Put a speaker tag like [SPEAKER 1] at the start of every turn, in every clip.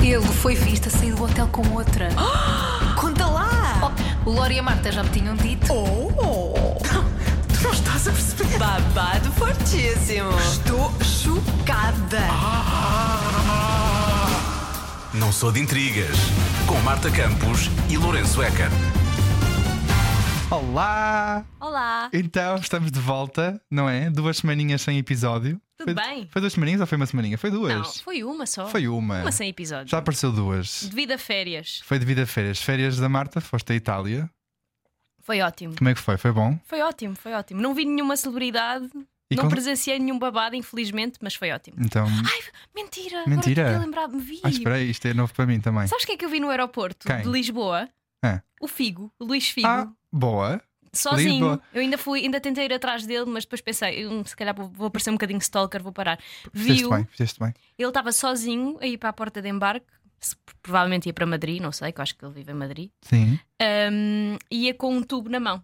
[SPEAKER 1] Ele foi visto a sair do hotel com outra.
[SPEAKER 2] Conta lá!
[SPEAKER 1] Oh, o Lori e a Marta já me tinham dito.
[SPEAKER 2] Oh!
[SPEAKER 3] Tu não estás a perceber?
[SPEAKER 2] Babado fortíssimo!
[SPEAKER 3] Estou chocada.
[SPEAKER 4] Não sou de intrigas. Com Marta Campos e Lourenço Eker.
[SPEAKER 5] Olá!
[SPEAKER 2] Olá!
[SPEAKER 5] Então, estamos de volta, não é? Duas semaninhas sem episódio.
[SPEAKER 2] Tudo
[SPEAKER 5] foi,
[SPEAKER 2] bem.
[SPEAKER 5] Foi duas semaninhas ou foi uma semaninha? Foi duas.
[SPEAKER 2] Não, foi uma só.
[SPEAKER 5] Foi uma.
[SPEAKER 2] Uma sem episódio.
[SPEAKER 5] Já apareceu duas.
[SPEAKER 2] Devido a férias.
[SPEAKER 5] Foi devido a férias. Férias da Marta, foste à Itália.
[SPEAKER 2] Foi ótimo.
[SPEAKER 5] Como é que foi? Foi bom?
[SPEAKER 2] Foi ótimo, foi ótimo. Não vi nenhuma celebridade,
[SPEAKER 5] E
[SPEAKER 2] não
[SPEAKER 5] con-
[SPEAKER 2] presenciei nenhum babado, infelizmente, mas foi ótimo.
[SPEAKER 5] Então.
[SPEAKER 2] Ai, mentira! agora
[SPEAKER 5] Mentira.
[SPEAKER 2] que eu lembrar-me, vi.
[SPEAKER 5] Ah, espera aí, isto é novo para mim também.
[SPEAKER 2] Sabes quem é que eu vi no aeroporto
[SPEAKER 5] Quem?
[SPEAKER 2] de Lisboa?
[SPEAKER 5] Ah.
[SPEAKER 2] O Figo, o Luís Figo.
[SPEAKER 5] Ah, boa.
[SPEAKER 2] Sozinho.
[SPEAKER 5] Lisboa.
[SPEAKER 2] Eu ainda fui, ainda tentei ir atrás dele, mas depois pensei, "Hum, se calhar vou, vou parecer um bocadinho stalker, vou parar.
[SPEAKER 5] Fizeste
[SPEAKER 2] Viu,
[SPEAKER 5] bem, fizeste bem.
[SPEAKER 2] ele estava sozinho a ir para a porta de embarque, se- provavelmente ia para Madrid, não sei, que eu acho que ele vive em Madrid,
[SPEAKER 5] Sim.
[SPEAKER 2] Ahm, ia com um tubo na mão.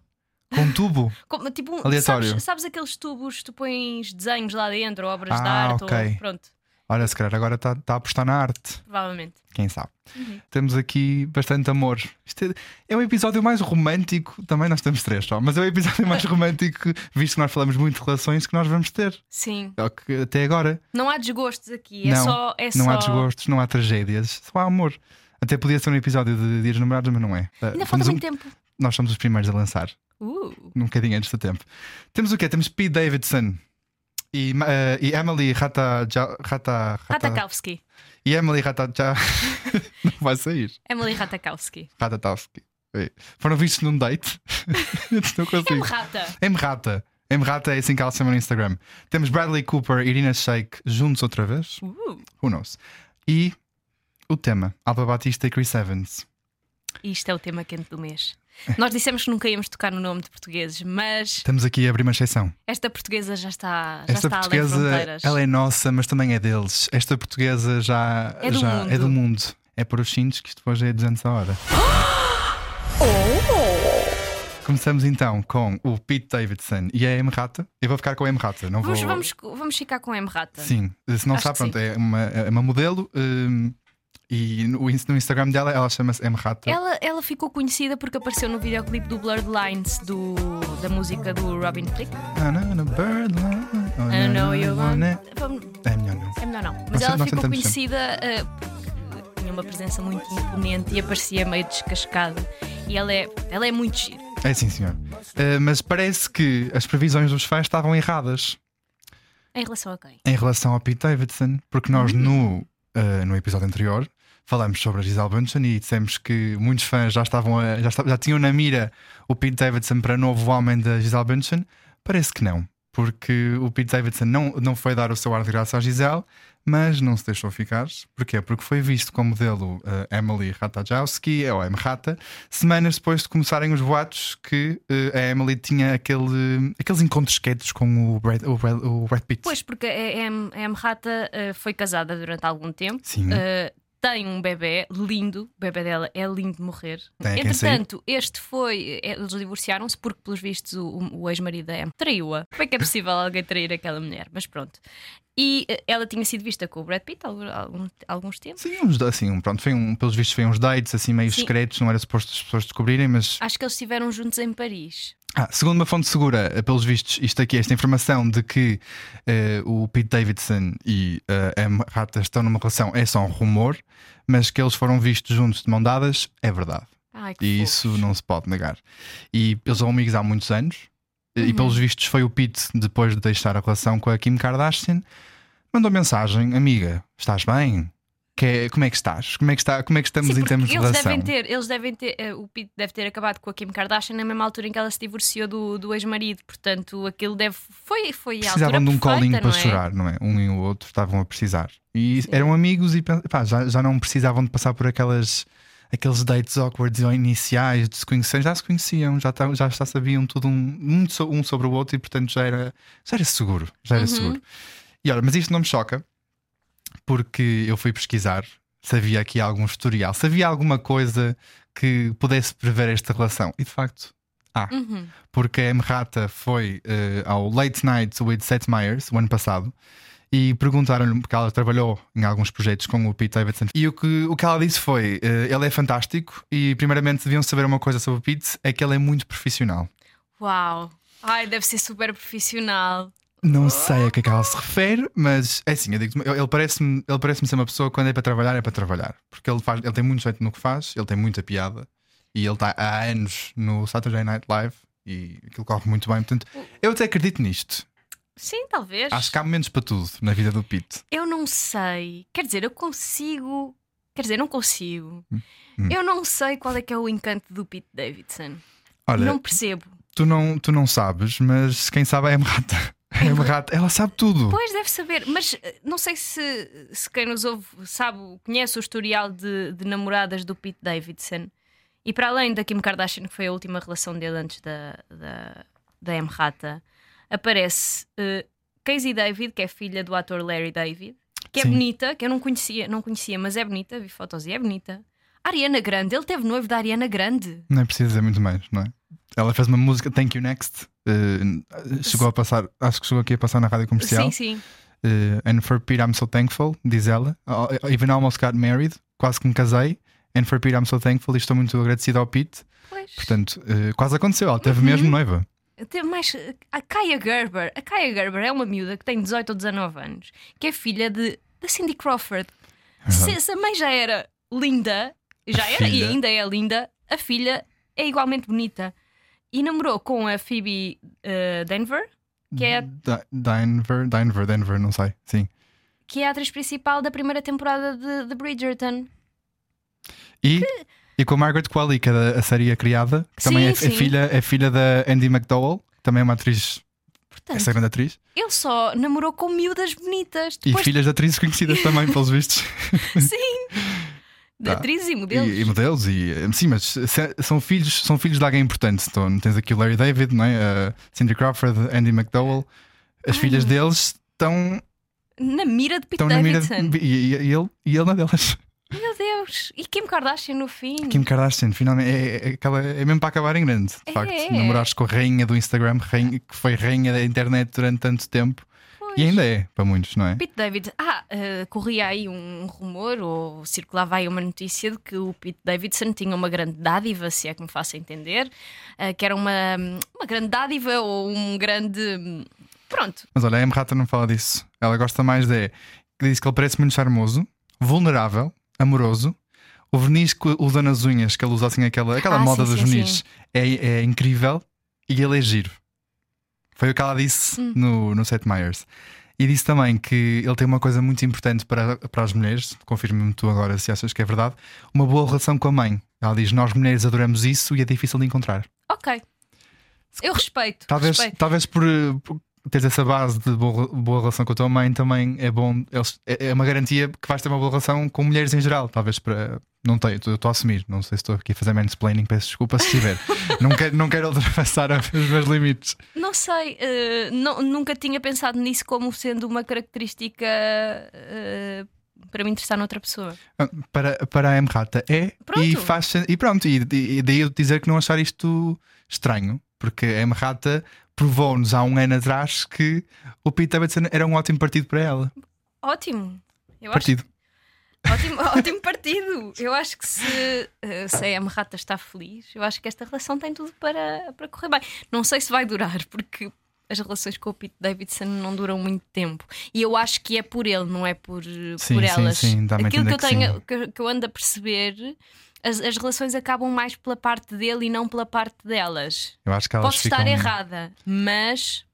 [SPEAKER 5] Com um tubo.
[SPEAKER 2] Como- tipo, um-
[SPEAKER 5] Aleatório.
[SPEAKER 2] Sabes, sabes aqueles tubos que tu pões desenhos lá dentro, ou obras de
[SPEAKER 5] Ah,
[SPEAKER 2] arte,
[SPEAKER 5] ok.
[SPEAKER 2] ou pronto,
[SPEAKER 5] Olha, se calhar agora está está a apostar na arte.
[SPEAKER 2] provavelmente.
[SPEAKER 5] Quem sabe?
[SPEAKER 2] Uhum.
[SPEAKER 5] Temos aqui bastante amor. Isto é, é o episódio mais romântico. Também nós temos três só, mas é o episódio mais romântico, visto que nós falamos muito de relações que nós vamos ter.
[SPEAKER 2] Sim.
[SPEAKER 5] É o que- Até agora.
[SPEAKER 2] Não há desgostos aqui, é
[SPEAKER 5] não,
[SPEAKER 2] só. É
[SPEAKER 5] não
[SPEAKER 2] só...
[SPEAKER 5] há desgostos, não há tragédias, só há amor. Até podia ser um episódio de Dias Numerados, mas não é. Uh,
[SPEAKER 2] Ainda falta
[SPEAKER 5] somos um-
[SPEAKER 2] muito tempo.
[SPEAKER 5] Nós somos os primeiros a lançar,
[SPEAKER 2] Uh,
[SPEAKER 5] um bocadinho antes do tempo. Temos o quê? Temos Pete Davidson e, ma- eh, e Emily Rata, Rata,
[SPEAKER 2] Ratakowski.
[SPEAKER 5] E Emily Rata. não vai sair.
[SPEAKER 2] Emily Ratakowski.
[SPEAKER 5] Ratatowski. Oi. Foram vistos num date. não
[SPEAKER 2] É
[SPEAKER 5] consigo.
[SPEAKER 2] rata.
[SPEAKER 5] M-Rata. M-Rata é assim que ela se chama no Instagram. Temos Bradley Cooper e Irina Shayk juntos outra vez.
[SPEAKER 2] Uh,
[SPEAKER 5] Who knows? E o tema: Alba Batista e Chris Evans.
[SPEAKER 2] isto é o tema quente do mês. Nós dissemos que nunca íamos tocar no nome de portugueses, mas
[SPEAKER 5] Estamos aqui a abrir uma exceção.
[SPEAKER 2] esta portuguesa já está, já
[SPEAKER 5] Esta
[SPEAKER 2] está
[SPEAKER 5] portuguesa,
[SPEAKER 2] além fronteiras.
[SPEAKER 5] ela é nossa, mas também é deles. Esta portuguesa já
[SPEAKER 2] É do
[SPEAKER 5] já
[SPEAKER 2] mundo.
[SPEAKER 5] é do mundo. É por os cintos que isto hoje é 200 a hora. Começamos então com o Pete Davidson e a M-Rata. Eu vou ficar com a M-Rata, não
[SPEAKER 2] Vamos,
[SPEAKER 5] vou.
[SPEAKER 2] vamos, vamos ficar com M. Rata.
[SPEAKER 5] Sim, se não
[SPEAKER 2] Acho
[SPEAKER 5] sabe,
[SPEAKER 2] que sim.
[SPEAKER 5] pronto, é uma, é uma modelo hum, e no, ins- no Instagram dela ela chama-se M-Rata.
[SPEAKER 2] Ela, ela ficou conhecida porque apareceu no videoclipe do Blurred Lines do, da música do Robin Thicke.
[SPEAKER 5] Ah, não, não, bird, Oh, não, não,
[SPEAKER 2] I know
[SPEAKER 5] não,
[SPEAKER 2] you
[SPEAKER 5] não,
[SPEAKER 2] want.
[SPEAKER 5] não.
[SPEAKER 2] Vamos-
[SPEAKER 5] É melhor não.
[SPEAKER 2] É melhor não. Mas
[SPEAKER 5] Nós-
[SPEAKER 2] ela
[SPEAKER 5] nós
[SPEAKER 2] ficou
[SPEAKER 5] tentamos
[SPEAKER 2] conhecida eh, porque tinha uma presença muito imponente e aparecia meio descascada. E ela é, ela é muito gira.
[SPEAKER 5] É sim, senhor. Eh, mas parece que as previsões dos fãs estavam erradas
[SPEAKER 2] Em relação a quem?
[SPEAKER 5] em relação ao Pete Davidson, porque nós no, eh, no episódio anterior falámos sobre a Gisele Bündchen e dissemos que muitos fãs já estavam a- já, esta- já tinham na mira o Pete Davidson para novo homem da Gisele Bündchen. Parece que não, porque o Pete Davidson não, não foi dar o seu ar de graça à Gisele, mas não se deixou ficar. Porquê? Porque foi visto com o modelo eh, Emily Ratajkowski, ou M. Rata, semanas depois de começarem os boatos que eh, a Emily tinha aquele, aqueles encontros quietos com o Brad, o Brad, o Brad Pitt.
[SPEAKER 2] Pois, porque a M. M. Rata eh, foi casada durante algum tempo.
[SPEAKER 5] Sim.
[SPEAKER 2] Eh, tem um bebê lindo, o bebê dela é lindo de morrer.
[SPEAKER 5] Tem a quem sair.
[SPEAKER 2] Entretanto, este foi. eh, Eles divorciaram-se porque, pelos vistos, o, o- o ex-marido da Emma traiu-a. Como é que é possível alguém trair aquela mulher? Mas pronto. E eh, ela tinha sido vista com o Brad Pitt há algum- algum- alguns tempos.
[SPEAKER 5] Sim, uns, assim, um- pronto, foi um, pelos vistos foi uns dates assim meio
[SPEAKER 2] Sim.
[SPEAKER 5] secretos, não era suposto as pessoas descobrirem, mas
[SPEAKER 2] Acho que eles estiveram juntos em Paris.
[SPEAKER 5] Ah, segundo uma fonte segura, eh, pelos vistos, isto aqui, esta informação de que eh, o Pete Davidson e eh, a M. Rata estão numa relação é só um rumor, mas que eles foram vistos juntos de mão dadas é verdade.
[SPEAKER 2] Ai, que
[SPEAKER 5] E
[SPEAKER 2] fofo.
[SPEAKER 5] isso não se pode negar. E eles são amigos há muitos anos.
[SPEAKER 2] Uhum.
[SPEAKER 5] E pelos vistos foi o Pete, depois de deixar a relação com a Kim Kardashian, mandou mensagem: Amiga, estás bem? Que- como é que estás? Como é que, está, como é que estamos
[SPEAKER 2] Sim,
[SPEAKER 5] em
[SPEAKER 2] porque
[SPEAKER 5] termos de
[SPEAKER 2] eles
[SPEAKER 5] relação?
[SPEAKER 2] devem ter, eles devem ter, eh, o Pete deve ter acabado com a Kim Kardashian na mesma altura em que ela se divorciou do, do ex-marido, portanto aquilo deve foi foi a
[SPEAKER 5] Precisavam
[SPEAKER 2] altura
[SPEAKER 5] de um
[SPEAKER 2] perfeita,
[SPEAKER 5] colinho para
[SPEAKER 2] não é?
[SPEAKER 5] chorar, não é? Um e o outro estavam a precisar. E eram amigos e pen- pá, já, já não precisavam de passar por aquelas, aqueles dates awkward ou iniciais de se conhecer, já se conheciam, já, ta- já, já sabiam tudo um, muito so- um sobre o outro e portanto já era, já era seguro. Já
[SPEAKER 2] Uhum.
[SPEAKER 5] era seguro. E olha, mas isto não me choca porque eu fui pesquisar se havia aqui algum historial, se havia alguma coisa que pudesse prever esta relação. E de facto, há
[SPEAKER 2] Uhum.
[SPEAKER 5] porque a M-Rata foi eh, ao Late Night with Seth Meyers o ano passado e perguntaram-lhe, porque ela trabalhou em alguns projetos com o Pete Davidson, e o que, o que ela disse foi: eh, ele é fantástico e, primeiramente, deviam saber uma coisa sobre o Pete, é que ele é muito profissional.
[SPEAKER 2] Uau! Ai, deve ser super profissional.
[SPEAKER 5] Não sei a que é que ela se refere, mas é assim, eu digo ele parece-me ele parece ser uma pessoa que quando é para trabalhar, é para trabalhar. Porque ele, faz, ele tem muito jeito no que faz, ele tem muita piada e ele está há anos no Saturday Night Live e aquilo corre muito bem. Portanto, eu até acredito nisto.
[SPEAKER 2] Sim, talvez.
[SPEAKER 5] Acho que há momentos para tudo na vida do Pete.
[SPEAKER 2] Eu não sei. Quer dizer, eu consigo. Quer dizer, não consigo.
[SPEAKER 5] Hum,
[SPEAKER 2] Eu não sei qual é que é o encanto do Pete Davidson.
[SPEAKER 5] Olha,
[SPEAKER 2] Não percebo.
[SPEAKER 5] Tu, não, tu não sabes, mas quem sabe é a Emrata. É a Emrata, ela sabe tudo.
[SPEAKER 2] Pois deve saber, mas eh, não sei se, se quem nos ouve sabe, conhece o historial de, de namoradas do Pete Davidson. E para além da Kim Kardashian, que foi a última relação dele antes da, da, da M-Rata, aparece eh, Casey David, que é filha do ator Larry David, que é
[SPEAKER 5] Sim.
[SPEAKER 2] bonita, que eu não conhecia, não conhecia, mas é bonita, vi fotos e é bonita. Ariana Grande, ele teve noivo da Ariana Grande.
[SPEAKER 5] Não é preciso dizer muito mais, não é? Ela fez uma música, Thank You Next. eh, chegou a passar, acho que chegou aqui a passar na rádio comercial.
[SPEAKER 2] Sim, sim.
[SPEAKER 5] Eh, and for Pete I'm so thankful, diz ela. "Oh, Even almost got married, quase que me casei. And for Pete I'm so thankful, e estou muito agradecida ao Pete.
[SPEAKER 2] Pois.
[SPEAKER 5] Portanto, eh, quase aconteceu, ela teve mesmo
[SPEAKER 2] Uhum.
[SPEAKER 5] noiva.
[SPEAKER 2] Tem mais. A Kaya Gerber. A Kaya Gerber é uma miúda que tem 18 ou 19 anos, que é filha de, da Cindy Crawford. Se, se a mãe já era linda, já era e
[SPEAKER 5] filha.
[SPEAKER 2] ainda é linda, a filha é igualmente bonita. E namorou com a Phoebe eh, Denver, que é,
[SPEAKER 5] Da- Denver, Denver, Denver, não sei. Sim.
[SPEAKER 2] que é a atriz principal da primeira temporada de, de Bridgerton.
[SPEAKER 5] E, e com a Margaret Qualley, que é da- a série A Criada, que também é,
[SPEAKER 2] Sim,
[SPEAKER 5] é
[SPEAKER 2] sim.
[SPEAKER 5] filha, é filha da Andy McDowell, que também é uma atriz,
[SPEAKER 2] Portanto,
[SPEAKER 5] essa grande atriz.
[SPEAKER 2] ele só namorou com miúdas bonitas.
[SPEAKER 5] E
[SPEAKER 2] Depois,
[SPEAKER 5] filhas de atrizes conhecidas também, pelos vistos.
[SPEAKER 2] sim, de
[SPEAKER 5] Tá.
[SPEAKER 2] atriz e modelos.
[SPEAKER 5] E, e modelos, e eh, sim, mas se- são filhos, são filhos de alguém importante. Então, tens aqui o Larry David, não é? A Cindy Crawford, Andy McDowell. As filhas deles estão,
[SPEAKER 2] Na mira de Pete
[SPEAKER 5] estão na mira de,
[SPEAKER 2] Davidson.
[SPEAKER 5] e, e- e ele, e ele na delas.
[SPEAKER 2] Meu Deus! E Kim Kardashian no fim?
[SPEAKER 5] Kim Kardashian, finalmente, é, é, aquela- é mesmo para acabar em grande, de
[SPEAKER 2] É.
[SPEAKER 5] facto. Namorares com a rainha do Instagram, rainha- que foi rainha da internet durante tanto tempo.
[SPEAKER 2] Pois.
[SPEAKER 5] E ainda é, para muitos, não é?
[SPEAKER 2] Pete David, ah, eh, corria aí um rumor ou circulava aí uma notícia de que o Pete Davidson tinha uma grande dádiva, se é que me faço entender, eh, que era uma, uma grande dádiva ou um grande. Pronto,
[SPEAKER 5] Mas olha, a M. Rata não fala disso. Ela gosta mais de. que Diz que ele parece muito charmoso, vulnerável, amoroso. O verniz que usa nas unhas, que ele usa assim aquela, aquela
[SPEAKER 2] Ah,
[SPEAKER 5] moda
[SPEAKER 2] sim,
[SPEAKER 5] dos
[SPEAKER 2] sim,
[SPEAKER 5] verniz,
[SPEAKER 2] sim.
[SPEAKER 5] é, é incrível e ele é giro. Foi o que ela disse
[SPEAKER 2] Hum.
[SPEAKER 5] no, no Seth Meyers. E disse também que ele tem uma coisa muito importante para, para as mulheres, confirme-me tu agora se achas que é verdade, uma boa relação com a mãe. Ela diz: Nós mulheres adoramos isso e é difícil de encontrar.
[SPEAKER 2] ok. Eu respeito.
[SPEAKER 5] Talvez,
[SPEAKER 2] respeito.
[SPEAKER 5] talvez por, eh, por teres essa base de boa, boa relação com a tua mãe também é bom. eles- É é uma garantia que vais ter uma boa relação com mulheres em geral. Talvez para. Não tenho, eu estou a assumir. Não sei se estou aqui a fazer mansplaining, peço desculpa se tiver. não, quero, não quero ultrapassar os meus limites.
[SPEAKER 2] Não sei, eh, não- nunca tinha pensado nisso como sendo uma característica eh, para me interessar noutra pessoa.
[SPEAKER 5] Ah, Para, para a M. Rata é e
[SPEAKER 2] Pronto.
[SPEAKER 5] faz sen- e pronto, e, e- e daí eu dizer que não achar isto estranho, porque a M. Rata provou-nos há um ano atrás que o Pete Davidson era um ótimo partido para ela.
[SPEAKER 2] Ótimo! Eu acho
[SPEAKER 5] Partido.
[SPEAKER 2] Ótimo, ótimo partido! Eu acho que se, eh, se a M Rata está feliz, eu acho que esta relação tem tudo para, para correr bem. Não sei se vai durar, porque as relações com o Pete Davidson não duram muito tempo. E eu acho que é por ele, não é por, eh,
[SPEAKER 5] Sim,
[SPEAKER 2] por
[SPEAKER 5] sim,
[SPEAKER 2] elas.
[SPEAKER 5] sim, dá-me a
[SPEAKER 2] Aquilo que eu,
[SPEAKER 5] entender que
[SPEAKER 2] tenho,
[SPEAKER 5] sim.
[SPEAKER 2] que, eu- que eu ando a perceber, as, as relações acabam mais pela parte dele e não pela parte delas.
[SPEAKER 5] Eu acho que elas
[SPEAKER 2] Posso estar
[SPEAKER 5] ficam-
[SPEAKER 2] errada, mas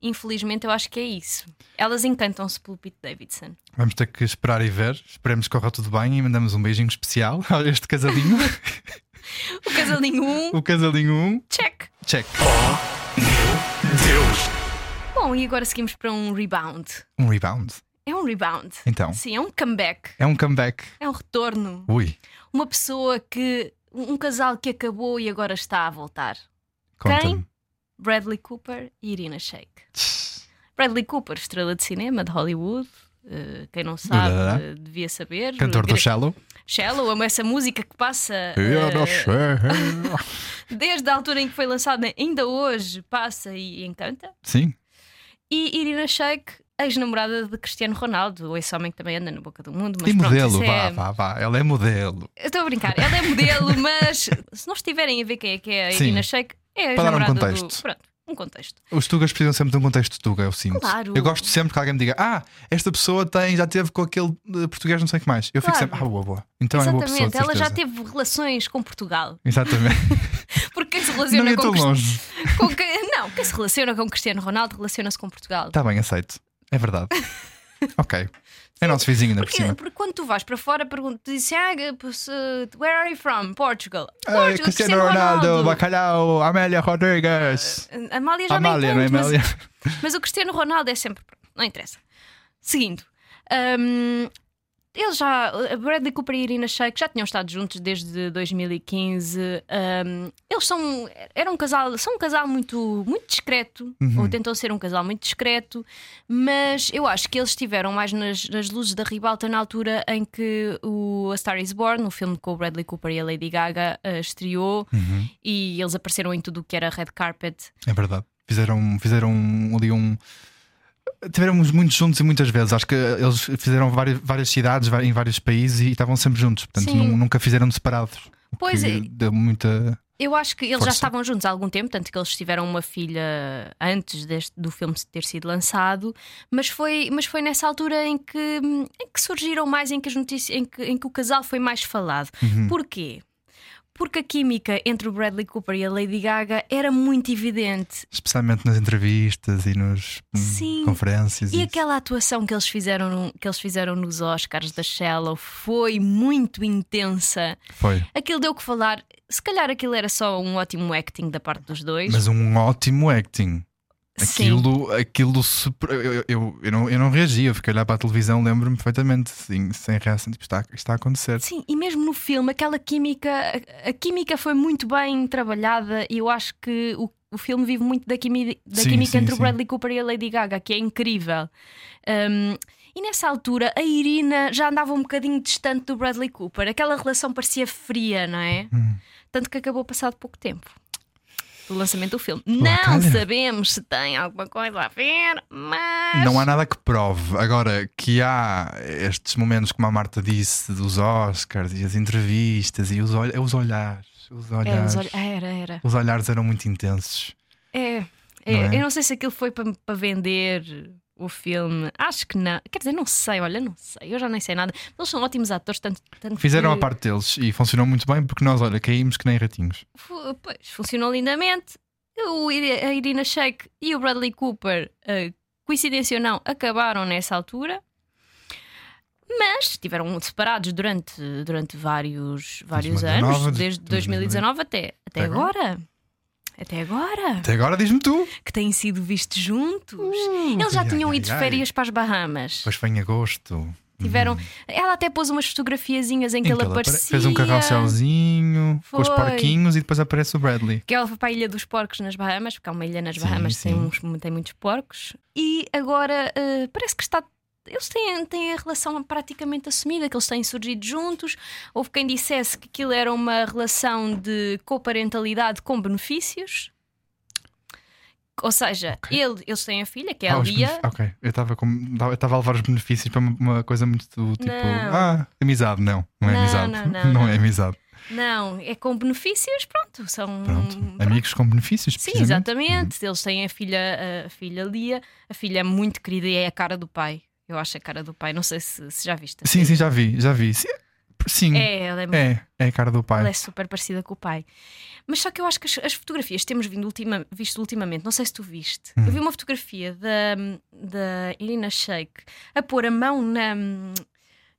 [SPEAKER 2] infelizmente eu acho que é isso. Elas encantam-se pelo Pete Davidson.
[SPEAKER 5] Vamos ter que esperar e ver. Esperemos que corra tudo bem e mandamos um beijinho especial a este casalinho.
[SPEAKER 2] O casalinho 1.
[SPEAKER 5] o casalinho 1,
[SPEAKER 2] Check.
[SPEAKER 5] check.
[SPEAKER 4] Deus!
[SPEAKER 2] Bom, e agora seguimos para um rebound.
[SPEAKER 5] Um rebound.
[SPEAKER 2] É um rebound.
[SPEAKER 5] Então.
[SPEAKER 2] Sim, é um comeback.
[SPEAKER 5] É um comeback.
[SPEAKER 2] É um retorno.
[SPEAKER 5] Ui,
[SPEAKER 2] Uma pessoa que. Um um casal que acabou e agora está a voltar.
[SPEAKER 5] conta-me.
[SPEAKER 2] Bradley Cooper e Irina Shayk.
[SPEAKER 5] Tch,
[SPEAKER 2] Bradley Cooper, estrela de cinema de Hollywood. eh, quem não sabe,
[SPEAKER 5] Dadá.
[SPEAKER 2] eh, devia saber.
[SPEAKER 5] Cantor do
[SPEAKER 2] Gre-
[SPEAKER 5] Shallow.
[SPEAKER 2] Shallow, amo essa música que passa.
[SPEAKER 5] Eu não
[SPEAKER 2] Hum. eh,
[SPEAKER 5] sei.
[SPEAKER 2] desde a altura em que foi lançada, ainda hoje passa e encanta.
[SPEAKER 5] Sim,
[SPEAKER 2] E Irina Shayk ex-namorada de Cristiano Ronaldo, esse homem que também anda na boca do mundo. Mas
[SPEAKER 5] E
[SPEAKER 2] pronto,
[SPEAKER 5] modelo,
[SPEAKER 2] isso
[SPEAKER 5] vá,
[SPEAKER 2] é...
[SPEAKER 5] vá, vá. Ela é modelo.
[SPEAKER 2] Eu estou a brincar, ela é modelo, mas se não estiverem a ver quem é que é a
[SPEAKER 5] Sim.
[SPEAKER 2] Irina Shayk, é a
[SPEAKER 5] Para dar um
[SPEAKER 2] namorada do.
[SPEAKER 5] contexto.
[SPEAKER 2] Pronto, um contexto.
[SPEAKER 5] Os tugas precisam sempre de um contexto tuga, eu sinto.
[SPEAKER 2] Claro.
[SPEAKER 5] Eu gosto sempre que alguém me diga: Ah, esta pessoa tem, já teve com aquele eh, português, não sei o que mais. Eu fico
[SPEAKER 2] Claro.
[SPEAKER 5] sempre: Ah, boa, boa. Então é uma boa pessoa.
[SPEAKER 2] Exatamente,
[SPEAKER 5] de
[SPEAKER 2] ela já
[SPEAKER 5] certeza."
[SPEAKER 2] teve relações com Portugal.
[SPEAKER 5] Exatamente.
[SPEAKER 2] Porque quem se
[SPEAKER 5] não
[SPEAKER 2] relaciona
[SPEAKER 5] ia
[SPEAKER 2] com,
[SPEAKER 5] tão
[SPEAKER 2] Crist-
[SPEAKER 5] longe.
[SPEAKER 2] com que- Não, quem se relaciona com Cristiano Ronaldo relaciona-se com Portugal.
[SPEAKER 5] Está Tá bem, aceito. É verdade. ok. É nosso vizinho ainda por
[SPEAKER 2] Porque,
[SPEAKER 5] cima.
[SPEAKER 2] porque quando tu vais para fora, pergunto, dizem, ah, pois, eh, where are you from? Portugal.
[SPEAKER 5] Ai,
[SPEAKER 2] Portugal, Cristiano Ronaldo.
[SPEAKER 5] Bacalhau, Amélia Rodrigues.
[SPEAKER 2] Amália já
[SPEAKER 5] Amália, não é
[SPEAKER 2] nem tanto, mas-
[SPEAKER 5] Amélia?
[SPEAKER 2] Mas o Cristiano Ronaldo é sempre. Não interessa. Seguindo. Hum, eles já. a Bradley Cooper e a Irina Shayk já tinham estado juntos desde 2015. Hum, eles são. Era um casal. São um casal muito, muito discreto. Ou tentam ser um casal muito discreto. Mas eu acho que eles estiveram mais nas, nas luzes da ribalta na altura em que o A Star is Born, o filme com o Bradley Cooper e a Lady Gaga, eh, estreou. E eles apareceram em tudo o que era red carpet.
[SPEAKER 5] É verdade. Fizeram, fizeram ali um. Tivemos muitos juntos e muitas vezes. Acho que eles fizeram várias, várias cidades vai- em vários países e estavam sempre juntos. Portanto,
[SPEAKER 2] Sim.
[SPEAKER 5] nu- nunca fizeram de separados. o
[SPEAKER 2] Pois
[SPEAKER 5] que
[SPEAKER 2] é.
[SPEAKER 5] Deu muita.
[SPEAKER 2] Eu acho que eles já
[SPEAKER 5] Força.
[SPEAKER 2] estavam juntos há algum tempo, tanto que eles tiveram uma filha antes deste- do filme ter sido lançado, mas foi, mas foi nessa altura em que, em que surgiram mais, em que, as notícias, em, que, em que o casal foi mais falado.
[SPEAKER 5] Uhum.
[SPEAKER 2] Porquê? Porque a química entre o Bradley Cooper e a Lady Gaga era muito evidente.
[SPEAKER 5] Especialmente nas entrevistas e nas hum,
[SPEAKER 2] Sim.
[SPEAKER 5] conferências.
[SPEAKER 2] E
[SPEAKER 5] isso.
[SPEAKER 2] aquela atuação que eles fizeram, no- que eles fizeram nos Oscars da Shallow foi muito intensa.
[SPEAKER 5] Foi.
[SPEAKER 2] Aquilo deu o que falar. Se calhar aquilo era só um ótimo acting da parte dos dois.
[SPEAKER 5] Mas um ótimo acting.
[SPEAKER 2] Sim.
[SPEAKER 5] Aquilo, aquilo super. Eu, eu, eu, eu não, eu não reagi, eu fiquei a olhar para a televisão, lembro-me perfeitamente, sim, sem reação, tipo, está, está a acontecer.
[SPEAKER 2] Sim, e mesmo no filme, aquela química, a, a química foi muito bem trabalhada e eu acho que o, o filme vive muito da, quimi- da
[SPEAKER 5] Sim,
[SPEAKER 2] química
[SPEAKER 5] sim,
[SPEAKER 2] entre o
[SPEAKER 5] sim.
[SPEAKER 2] Bradley Cooper e a Lady Gaga, que é incrível. Um, e nessa altura a Irina já andava um bocadinho distante do Bradley Cooper, aquela relação parecia fria, não é?
[SPEAKER 5] Hum.
[SPEAKER 2] Tanto que acabou passado pouco tempo. Do lançamento do filme. Não
[SPEAKER 5] Batalha.
[SPEAKER 2] sabemos se tem alguma coisa a ver, mas.
[SPEAKER 5] Não há nada que prove. Agora, que há estes momentos, como a Marta disse, dos Oscars e as entrevistas e os, ol- é os olhares. Os
[SPEAKER 2] É,
[SPEAKER 5] olhares,
[SPEAKER 2] os olhos- Era, era.
[SPEAKER 5] os olhares eram muito intensos.
[SPEAKER 2] É,
[SPEAKER 5] Não
[SPEAKER 2] é,
[SPEAKER 5] é?
[SPEAKER 2] eu não sei se aquilo foi para para vender o filme. Acho que não. Quer dizer, não sei, olha, não sei. Eu já nem sei nada. Eles são ótimos atores, tanto, tanto
[SPEAKER 5] Fizeram a
[SPEAKER 2] que-
[SPEAKER 5] parte deles e funcionou muito bem porque nós, olha, caímos que nem ratinhos.
[SPEAKER 2] Fu- Pois, funcionou lindamente. O Iri- a Irina Shayk e o Bradley Cooper, eh, coincidência ou não, acabaram nessa altura. Mas estiveram separados durante, durante vários, vários
[SPEAKER 5] 2019,
[SPEAKER 2] anos, desde 2019 até, até
[SPEAKER 5] Até agora.
[SPEAKER 2] agora. Até agora.
[SPEAKER 5] Até agora, diz-me tu.
[SPEAKER 2] que têm sido vistos juntos. Eles já
[SPEAKER 5] ai,
[SPEAKER 2] tinham
[SPEAKER 5] ai,
[SPEAKER 2] ido de
[SPEAKER 5] ai.
[SPEAKER 2] férias para as Bahamas.
[SPEAKER 5] Depois foi em agosto.
[SPEAKER 2] Tiveram. Ela até pôs umas fotografiazinhas em que,
[SPEAKER 5] Uhum. Em
[SPEAKER 2] ele
[SPEAKER 5] que ela apare-
[SPEAKER 2] aparecia.
[SPEAKER 5] Fez um carrosselzinho com os
[SPEAKER 2] Foi.
[SPEAKER 5] porquinhos e depois aparece o Bradley.
[SPEAKER 2] Que ela foi para a Ilha dos Porcos nas Bahamas, porque há uma ilha nas
[SPEAKER 5] Sim,
[SPEAKER 2] Bahamas que tem,
[SPEAKER 5] sim.
[SPEAKER 2] uns, tem muitos porcos. E agora eh, parece que está. Eles têm, têm a relação praticamente assumida, que eles têm surgido juntos. Houve quem dissesse que aquilo era uma relação de coparentalidade com benefícios. Ou seja, ele- eles têm a filha, que é
[SPEAKER 5] Ah,
[SPEAKER 2] a
[SPEAKER 5] os
[SPEAKER 2] Lia.
[SPEAKER 5] benef- Ok, eu estava com- eu estava a levar os benefícios para uma- uma coisa muito do tipo.
[SPEAKER 2] Não.
[SPEAKER 5] Ah, amizade, não. Não é
[SPEAKER 2] Não,
[SPEAKER 5] amizade.
[SPEAKER 2] não, não, não.
[SPEAKER 5] é amizade.
[SPEAKER 2] Não, é com benefícios, Hum, pronto, são.
[SPEAKER 5] Pronto. Amigos com benefícios.
[SPEAKER 2] Sim,
[SPEAKER 5] precisamente. Uhum.
[SPEAKER 2] exatamente. Eles têm a filha, a filha Lia, a filha é muito querida e é a cara do pai. Eu acho a cara do pai, não sei se, se já viste.
[SPEAKER 5] Sim, sim, já vi, já vi. Sim, sim, é,
[SPEAKER 2] É, ela é,
[SPEAKER 5] é, a cara do
[SPEAKER 2] ela
[SPEAKER 5] pai.
[SPEAKER 2] é super parecida com o pai. Mas só que eu acho que as, as fotografias que temos vindo ultima- visto ultimamente, não sei se tu viste. Eu
[SPEAKER 5] Hum.
[SPEAKER 2] vi uma fotografia da, da Irina Shayk a pôr a mão na.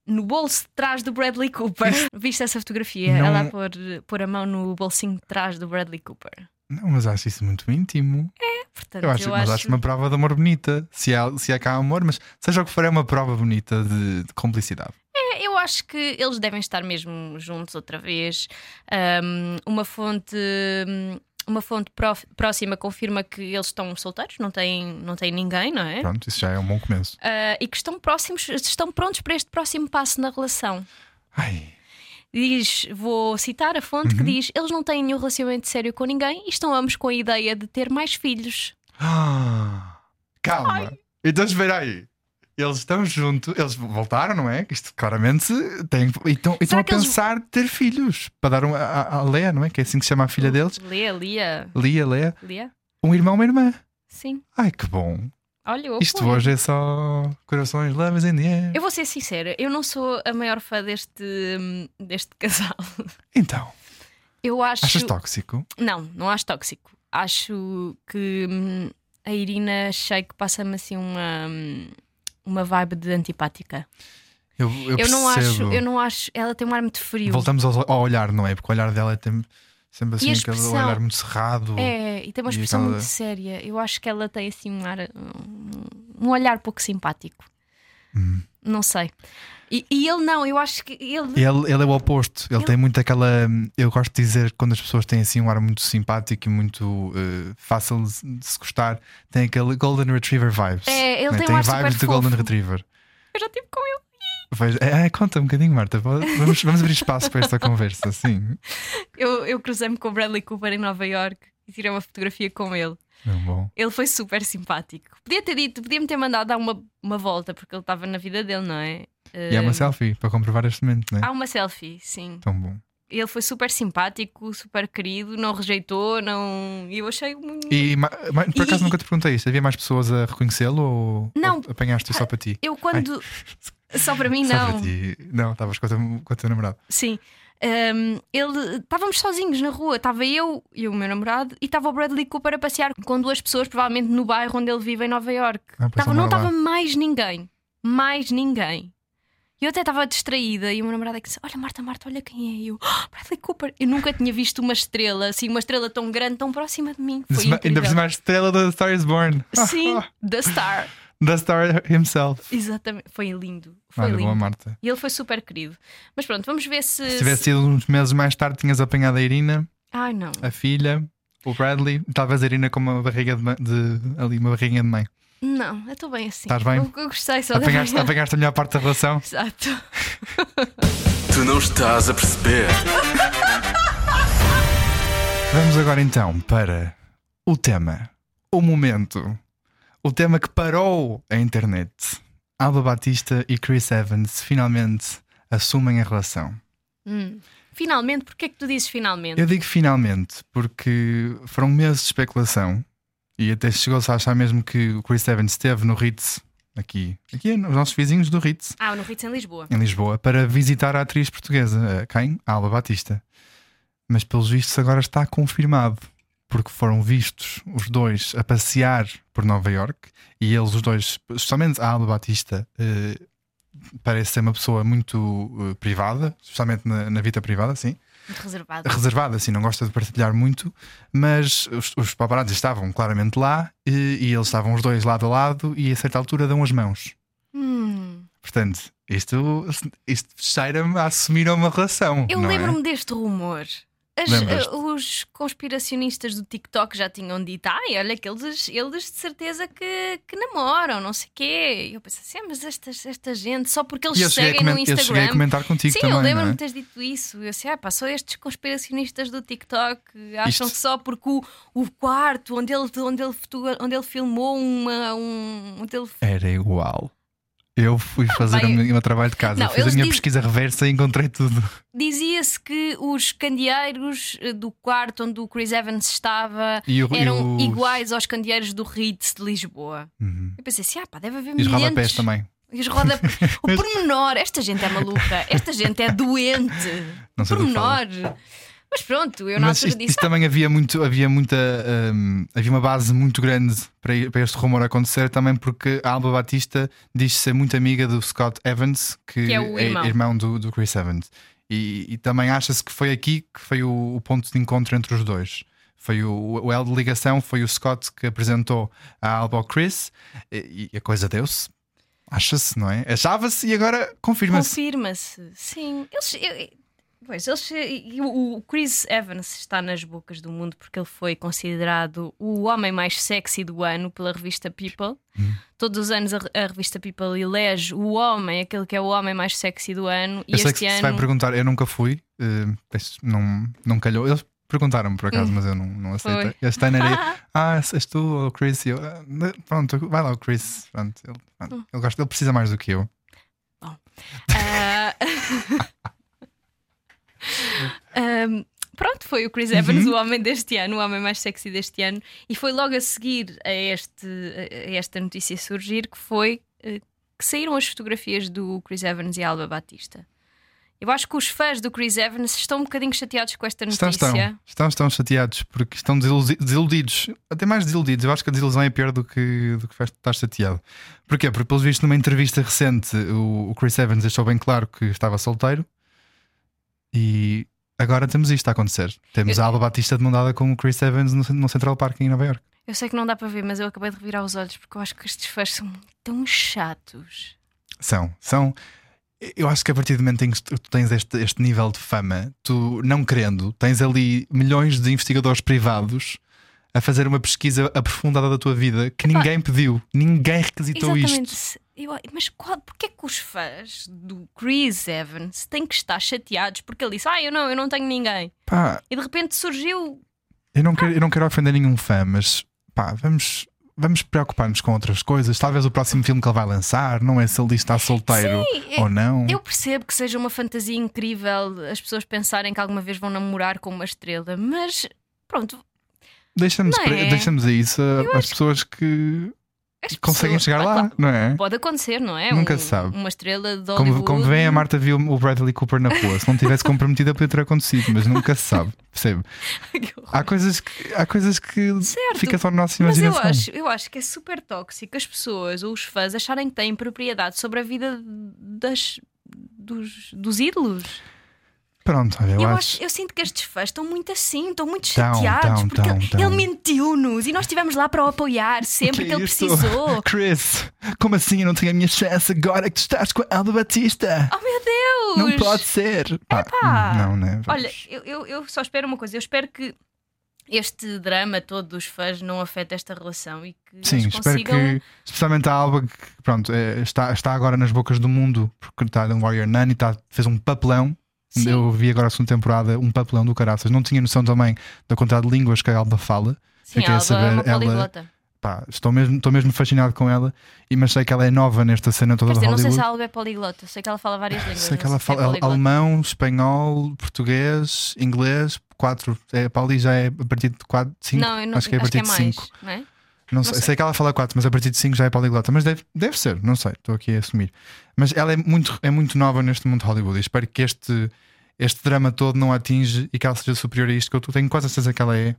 [SPEAKER 2] No bolso de trás do Bradley Cooper. Viste essa fotografia?
[SPEAKER 5] Não-
[SPEAKER 2] Ela a pôr, pôr a mão no bolsinho de trás do Bradley Cooper.
[SPEAKER 5] Não, mas acho isso muito íntimo.
[SPEAKER 2] Portanto,
[SPEAKER 5] Eu acho, mas acho uma prova de amor bonita. Se há, se há cá amor, mas seja o que for, é uma prova bonita de, de cumplicidade.
[SPEAKER 2] É, eu acho que eles devem estar mesmo juntos outra vez. Ahm, uma fonte. Uma fonte prof- próxima confirma que eles estão solteiros, não têm, não têm ninguém, não é?
[SPEAKER 5] Pronto, isso já é um bom começo.
[SPEAKER 2] Ah, e que estão próximos, estão prontos para este próximo passo na relação.
[SPEAKER 5] Ai,
[SPEAKER 2] Diz, vou citar a fonte
[SPEAKER 5] Uhum.
[SPEAKER 2] que diz: eles não têm nenhum relacionamento sério com ninguém e estão ambos com a ideia de ter mais filhos.
[SPEAKER 5] Ah, calma. Então espera aí. Eles estão juntos, eles voltaram, não é? Isto claramente tem. E estão e estão
[SPEAKER 2] Será
[SPEAKER 5] a
[SPEAKER 2] que eles-
[SPEAKER 5] pensar ter filhos para dar um, a, a- a Lea, não é? Que é assim que se chama a
[SPEAKER 2] Uhum.
[SPEAKER 5] filha deles.
[SPEAKER 2] Lia, Lia.
[SPEAKER 5] Lia, Lea.
[SPEAKER 2] Lia?
[SPEAKER 5] Um irmão, uma irmã.
[SPEAKER 2] Sim.
[SPEAKER 5] Ai que
[SPEAKER 2] Uhum.
[SPEAKER 5] bom.
[SPEAKER 2] Olha, eu
[SPEAKER 5] Isto
[SPEAKER 2] apoio.
[SPEAKER 5] hoje é só corações, lamas em dinheiro.
[SPEAKER 2] Eu vou ser sincera, eu não sou a maior fã deste, hum, deste casal.
[SPEAKER 5] Então,
[SPEAKER 2] Eu acho.
[SPEAKER 5] achas tóxico?
[SPEAKER 2] Não, não acho tóxico. Acho que hum, a Irina Shayk passa-me assim uma, hum, uma vibe de antipática.
[SPEAKER 5] Eu, eu,
[SPEAKER 2] não acho,
[SPEAKER 5] percebo.
[SPEAKER 2] eu não acho. Ela tem um ar muito frio.
[SPEAKER 5] Voltamos ao, ao olhar, não é? Porque o olhar dela é tem- sempre assim, aquele
[SPEAKER 2] expressão-
[SPEAKER 5] olhar muito cerrado.
[SPEAKER 2] É, e tem uma
[SPEAKER 5] E
[SPEAKER 2] expressão
[SPEAKER 5] aquela-
[SPEAKER 2] muito séria. Eu acho que ela tem assim um ar, um- um olhar pouco simpático.
[SPEAKER 5] Hum.
[SPEAKER 2] Não sei. E, e ele não, eu acho que ele.
[SPEAKER 5] Ele, ele é o oposto. Ele,
[SPEAKER 2] Ele-
[SPEAKER 5] tem muito aquela. hum, Eu gosto de dizer que quando as pessoas têm assim um ar muito simpático e muito eh, fácil de se- de se gostar, tem aquele Golden Retriever vibes.
[SPEAKER 2] É, ele
[SPEAKER 5] né?
[SPEAKER 2] tem um ar super
[SPEAKER 5] vibes de Golden
[SPEAKER 2] fofo.
[SPEAKER 5] Retriever.
[SPEAKER 2] Eu já tive com ele.
[SPEAKER 5] Veja- é, é, conta um bocadinho, Marta. Vamos, vamos abrir espaço para esta conversa, sim.
[SPEAKER 2] Eu, eu cruzei-me com o Bradley Cooper em Nova York e tirei uma fotografia com ele.
[SPEAKER 5] É bom.
[SPEAKER 2] Ele foi super simpático. Podia ter dito, podia-me ter mandado dar uma, uma volta, porque ele estava na vida dele, não é?
[SPEAKER 5] E há uma selfie para comprovar este momento, não é?
[SPEAKER 2] Há uma selfie, sim.
[SPEAKER 5] Tão bom.
[SPEAKER 2] Ele foi super simpático, super querido, não rejeitou, não. E eu achei um- muito.
[SPEAKER 5] E ma- ma- por
[SPEAKER 2] E-
[SPEAKER 5] acaso
[SPEAKER 2] e-
[SPEAKER 5] nunca te perguntei isto. Havia mais pessoas a reconhecê-lo ou,
[SPEAKER 2] Não.
[SPEAKER 5] ou apanhaste só para ti?
[SPEAKER 2] Eu quando. Só para mim,
[SPEAKER 5] Só
[SPEAKER 2] não.
[SPEAKER 5] para ti. Não, estavas com, o teu- com o teu namorado.
[SPEAKER 2] Sim. Ahm, ele estávamos sozinhos na rua, estava eu e o meu namorado, e estava o Bradley Cooper a passear com duas pessoas, provavelmente no bairro onde ele vive, em Nova York.
[SPEAKER 5] Ah, pois
[SPEAKER 2] Tava-
[SPEAKER 5] ele
[SPEAKER 2] não
[SPEAKER 5] mora lá.
[SPEAKER 2] estava mais ninguém. Mais ninguém. E Eu até estava distraída e o meu namorado é que disse: Olha, Marta, Marta, olha quem é eu. "Ah, Bradley Cooper. Eu nunca tinha visto uma estrela, assim, uma estrela tão grande, tão próxima de mim. Foi
[SPEAKER 5] Ainda por
[SPEAKER 2] incrível.
[SPEAKER 5] cima Ah, a estrela da Star is Born.
[SPEAKER 2] Sim, The Star.
[SPEAKER 5] da Star himself.
[SPEAKER 2] Exatamente. Foi lindo. Foi
[SPEAKER 5] Olha, boa,
[SPEAKER 2] lindo.
[SPEAKER 5] Marta.
[SPEAKER 2] E ele foi super querido. Mas pronto, vamos ver se.
[SPEAKER 5] Se Ah. tivesse sido uns meses mais tarde, tinhas apanhado a Irina,
[SPEAKER 2] Ai, não.
[SPEAKER 5] a filha, o Bradley, talvez a Irina com uma barriga de, ma- de- ali, uma barriguinha de mãe.
[SPEAKER 2] Não, eu estou bem assim.
[SPEAKER 5] Estás bem?
[SPEAKER 2] Eu, eu gostei só
[SPEAKER 5] Apanhaste,
[SPEAKER 2] da
[SPEAKER 5] apanhaste a melhor parte da relação?
[SPEAKER 2] Exato.
[SPEAKER 4] Tu não estás a perceber.
[SPEAKER 5] Vamos agora então para o tema, o momento, o tema que parou a internet. Alba Batista e Chris Evans finalmente assumem a relação.
[SPEAKER 2] Finalmente, porquê é que tu dizes finalmente?
[SPEAKER 5] Eu digo finalmente, porque foram meses de especulação e até chegou-se a achar mesmo que o Chris Evans esteve no Ritz, aqui, aqui nos nossos vizinhos do Ritz,
[SPEAKER 2] Ah, no Ritz em Lisboa.
[SPEAKER 5] em Lisboa, para visitar a atriz portuguesa, a quem? A Alba Batista. Mas pelos vistos agora está confirmado, porque foram vistos os dois a passear por Nova Iorque e eles os dois, especialmente a Alba Batista, eh, parece ser uma pessoa muito eh, privada, especialmente na- na vida privada, sim
[SPEAKER 2] Muito reservado.
[SPEAKER 5] reservada, assim, não gosta de partilhar muito, mas os, os paparazzi estavam claramente lá e, e eles estavam os dois lado a lado e a certa altura dão as mãos.
[SPEAKER 2] Hum.
[SPEAKER 5] Portanto, isto, isto cheira-me a assumir uma relação.
[SPEAKER 2] Eu
[SPEAKER 5] não é?
[SPEAKER 2] lembro-me deste rumor. As-
[SPEAKER 5] Lembras-te?
[SPEAKER 2] eh, os conspiracionistas do TikTok já tinham dito: ai, olha, que eles, eles de certeza que, que namoram, não sei quê. E eu pensei assim: "Ah, mas estas, esta gente, só porque eles
[SPEAKER 5] E eu cheguei, a
[SPEAKER 2] seguem no
[SPEAKER 5] comen- eu cheguei a
[SPEAKER 2] Instagram.
[SPEAKER 5] comentar contigo
[SPEAKER 2] Sim,
[SPEAKER 5] também.
[SPEAKER 2] eu lembro-me
[SPEAKER 5] não é?
[SPEAKER 2] de teres dito isso. Eu sei, ah, pá, só estes conspiracionistas do TikTok acham
[SPEAKER 5] Isto-
[SPEAKER 2] que só porque o, o quarto onde ele, onde, ele fotogra- onde ele filmou uma. Um, onde ele...
[SPEAKER 5] Era igual. Eu fui fazer
[SPEAKER 2] bem.
[SPEAKER 5] o meu trabalho de casa,
[SPEAKER 2] Não,
[SPEAKER 5] fiz a
[SPEAKER 2] eles
[SPEAKER 5] minha
[SPEAKER 2] dizem-
[SPEAKER 5] pesquisa reversa e encontrei tudo.
[SPEAKER 2] Dizia-se que os candeeiros eh, do quarto onde o Chris Evans estava
[SPEAKER 5] E o- e
[SPEAKER 2] eram
[SPEAKER 5] os- Uhum.
[SPEAKER 2] iguais aos candeeiros do Ritz de Lisboa. Eu pensei assim, ah, pá, deve haver
[SPEAKER 5] E os rodapés
[SPEAKER 2] milhentos.
[SPEAKER 5] também.
[SPEAKER 2] E os roda... O pormenor, esta gente é maluca, esta gente é doente.
[SPEAKER 5] Não sei
[SPEAKER 2] o
[SPEAKER 5] do que
[SPEAKER 2] pormenor.
[SPEAKER 5] falas.
[SPEAKER 2] Mas pronto, eu na
[SPEAKER 5] Mas
[SPEAKER 2] altura
[SPEAKER 5] isto,
[SPEAKER 2] disse. "Ah,
[SPEAKER 5] isto também havia muito, havia muita, hum, havia uma base muito grande para, para este rumor acontecer também porque a Alba Batista diz ser muito amiga do Scott Evans, que,
[SPEAKER 2] Que é o irmão.
[SPEAKER 5] do, do Chris Evans. E, e também acha-se que foi aqui que foi o, o ponto de encontro entre os dois. Foi o, o L de ligação, foi o Scott que apresentou a Alba ao Chris e, e a coisa deu-se. Acha-se, não é? Achava-se e agora confirma-se.
[SPEAKER 2] Confirma-se, sim. Eles, eu- pois, eles, e o o Chris Evans está nas bocas do mundo porque ele foi considerado o homem mais sexy do ano pela revista People.
[SPEAKER 5] Hum.
[SPEAKER 2] Todos os anos a, re- a revista People elege o homem, aquele que é o homem mais sexy do ano. e
[SPEAKER 5] Eu sei
[SPEAKER 2] este
[SPEAKER 5] que se
[SPEAKER 2] ano.
[SPEAKER 5] vai perguntar, eu nunca fui, eh, peço- não, não calhou. Eles Perguntaram-me por acaso, mas eu não, não aceitei. Este ano era. Ah, és tu ou o Chris? E eu, "Ah, n- pronto, vai lá o Chris. Pronto, ele, pronto,
[SPEAKER 2] Hum.
[SPEAKER 5] ele gosta, ele precisa mais do que eu.
[SPEAKER 2] Ah, Ahm, pronto, foi o Chris Evans,
[SPEAKER 5] Uhum.
[SPEAKER 2] o homem deste ano, o homem mais sexy deste ano, e foi logo a seguir a, este, a esta notícia surgir que foi eh, que saíram as fotografias do Chris Evans e a Alba Batista. Eu acho que os fãs do Chris Evans estão um bocadinho chateados com esta notícia.
[SPEAKER 5] Estão, estão, estão, estão chateados porque estão desilusi- desiludidos. Até mais desiludidos. Eu acho que a desilusão é pior do que, do que faz- estar chateado. Porquê? Porque, pelos vistos, numa entrevista recente, o, o Chris Evans deixou bem claro que estava solteiro e agora temos isto a acontecer. Temos a Alba Batista demandada com o Chris Evans no, no Central Park em Nova York.
[SPEAKER 2] Eu sei que não dá para ver, mas eu acabei de revirar os olhos porque eu acho que estes fãs são tão chatos.
[SPEAKER 5] São, são. Eu acho que a partir do momento em que tu tens este, este nível de fama, tu não querendo, tens ali milhões de investigadores privados a fazer uma pesquisa aprofundada da tua vida que ninguém pediu, ninguém requisitou
[SPEAKER 2] Exatamente.
[SPEAKER 5] isto.
[SPEAKER 2] Se- Então eu- mas qual, porque é que os fãs do Chris Evans têm que estar chateados porque ele disse: Ah, eu não, eu não tenho ninguém.
[SPEAKER 5] Pá,
[SPEAKER 2] E de repente surgiu.
[SPEAKER 5] eu
[SPEAKER 2] Ah.
[SPEAKER 5] não quero, eu não quero ofender nenhum fã, mas pá, vamos. Vamos preocupar-nos com outras coisas. Talvez o próximo filme que ele vai lançar, não é se ele está solteiro
[SPEAKER 2] Sim,
[SPEAKER 5] ou não.
[SPEAKER 2] Eu percebo que seja uma fantasia incrível as pessoas pensarem que alguma vez vão namorar com uma estrela, mas pronto,
[SPEAKER 5] Deixamos,
[SPEAKER 2] Não
[SPEAKER 5] pre-
[SPEAKER 2] é?
[SPEAKER 5] deixamos a isso a- as pessoas que
[SPEAKER 2] as
[SPEAKER 5] conseguem
[SPEAKER 2] pessoas-
[SPEAKER 5] chegar
[SPEAKER 2] Ah,
[SPEAKER 5] lá,
[SPEAKER 2] claro,
[SPEAKER 5] não é?
[SPEAKER 2] Pode acontecer, não é?
[SPEAKER 5] Nunca
[SPEAKER 2] Um-
[SPEAKER 5] se sabe.
[SPEAKER 2] Uma estrela de
[SPEAKER 5] Como,
[SPEAKER 2] Hollywood.
[SPEAKER 5] como vem, a Marta viu o Bradley Cooper na rua. Se não tivesse comprometido, podia ter acontecido, mas nunca se sabe. Percebe?
[SPEAKER 2] Que horror.
[SPEAKER 5] Há coisas que, há coisas que
[SPEAKER 2] Certo.
[SPEAKER 5] fica só na nossa
[SPEAKER 2] Mas eu
[SPEAKER 5] imaginação.
[SPEAKER 2] acho, eu acho que é super tóxico as pessoas ou os fãs acharem que têm propriedade sobre a vida das, dos, dos ídolos.
[SPEAKER 5] Pronto, olha, eu,
[SPEAKER 2] Eu,
[SPEAKER 5] acho.
[SPEAKER 2] acho- eu sinto que estes fãs estão muito assim, estão muito
[SPEAKER 5] Tão,
[SPEAKER 2] chateados
[SPEAKER 5] tão,
[SPEAKER 2] porque
[SPEAKER 5] tão,
[SPEAKER 2] ele,
[SPEAKER 5] tão.
[SPEAKER 2] ele mentiu-nos e nós estivemos lá para o apoiar sempre que,
[SPEAKER 5] é
[SPEAKER 2] ele
[SPEAKER 5] isto?
[SPEAKER 2] precisou.
[SPEAKER 5] Chris, como assim eu não tenho a minha chance agora que tu estás com a Alba Batista?
[SPEAKER 2] Oh meu Deus!
[SPEAKER 5] não pode ser. Pá,
[SPEAKER 2] Epá.
[SPEAKER 5] Não, né? Vamos.
[SPEAKER 2] Olha, eu, eu, eu só espero uma coisa, eu espero que este drama todo dos fãs não afete esta relação e que
[SPEAKER 5] Sim,
[SPEAKER 2] eles
[SPEAKER 5] espero
[SPEAKER 2] consigam.
[SPEAKER 5] que, especialmente a Alba, que pronto, é, está, está agora nas bocas do mundo, porque está um Warrior Nun e está, fez um papelão.
[SPEAKER 2] Sim.
[SPEAKER 5] Eu vi agora a segunda temporada, um papelão do caraças. Não tinha noção também da quantidade de línguas que a Alba fala.
[SPEAKER 2] Sim,
[SPEAKER 5] fiquei a
[SPEAKER 2] a Alba é uma
[SPEAKER 5] saber, ela-
[SPEAKER 2] poliglota.
[SPEAKER 5] Pá, estou mesmo, estou mesmo fascinado com ela, e mas sei que ela é nova nesta cena toda
[SPEAKER 2] Quer
[SPEAKER 5] de
[SPEAKER 2] dizer, não
[SPEAKER 5] Hollywood.
[SPEAKER 2] sei se a Alba é poliglota, sei que ela fala várias línguas.
[SPEAKER 5] Sei que
[SPEAKER 2] não
[SPEAKER 5] ela
[SPEAKER 2] se é
[SPEAKER 5] fala
[SPEAKER 2] poliglota.
[SPEAKER 5] alemão, espanhol, português, inglês, quatro. É, para ali já é a partir de quatro, cinco.
[SPEAKER 2] Não, eu não
[SPEAKER 5] acho que é a partir de
[SPEAKER 2] mais,
[SPEAKER 5] cinco.
[SPEAKER 2] não é?
[SPEAKER 5] Não sei,
[SPEAKER 2] sei.
[SPEAKER 5] sei que ela fala 4, mas a partir de 5 já é poliglota. Mas deve, deve ser, não sei, estou aqui a assumir. Mas ela é muito, é muito nova neste mundo de Hollywood e espero que este, este drama todo não a atinge e que ela seja superior a isto, que eu tenho quase a certeza que ela é.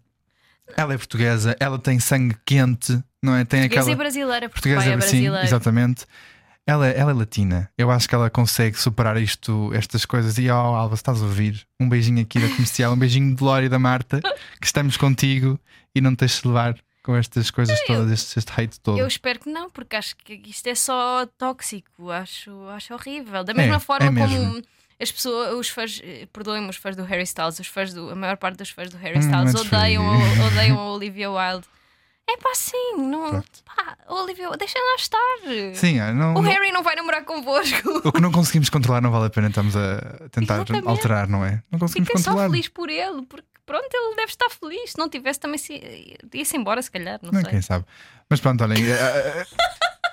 [SPEAKER 5] Ela é portuguesa, ela tem sangue quente, não é? Tem
[SPEAKER 2] Portuguesa
[SPEAKER 5] aquela.
[SPEAKER 2] e brasileira, porque
[SPEAKER 5] portuguesa,
[SPEAKER 2] pai é
[SPEAKER 5] sim,
[SPEAKER 2] brasileiro.
[SPEAKER 5] exatamente. Ela, ela é latina. Eu acho que ela consegue superar isto, estas coisas. E ó, Alva, se estás a ouvir, um beijinho aqui da comercial, um beijinho de Lória e da Marta, que estamos contigo e não te deixes levar com estas coisas todas, este, este hate todo.
[SPEAKER 2] Eu espero que não, porque acho que isto é só tóxico, acho, acho horrível. Da mesma
[SPEAKER 5] é
[SPEAKER 2] forma como
[SPEAKER 5] mesmo.
[SPEAKER 2] as pessoas, os fãs, eh, perdoem-me, os fãs do Harry Styles, os fãs do, a maior parte dos fãs do Harry
[SPEAKER 5] Hum,
[SPEAKER 2] Styles
[SPEAKER 5] mas foi.
[SPEAKER 2] odeiam, a- odeiam a Olivia Wilde. É pá, sim, não.
[SPEAKER 5] Pronto.
[SPEAKER 2] Pá, a Olivia, deixa-la estar.
[SPEAKER 5] Sim, ah, não, não-
[SPEAKER 2] O Harry não vai namorar convosco.
[SPEAKER 5] o que não conseguimos controlar não vale a pena. Estamos a tentar
[SPEAKER 2] Exatamente.
[SPEAKER 5] alterar, não é? Não conseguimos
[SPEAKER 2] Fica só
[SPEAKER 5] controlar.
[SPEAKER 2] feliz por ele, porque pronto, ele deve estar feliz. Se não tivesse, também se- ia-se embora, se calhar, não,
[SPEAKER 5] Não, é,
[SPEAKER 2] sei.
[SPEAKER 5] quem sabe. Mas pronto, olhem. eh, eh,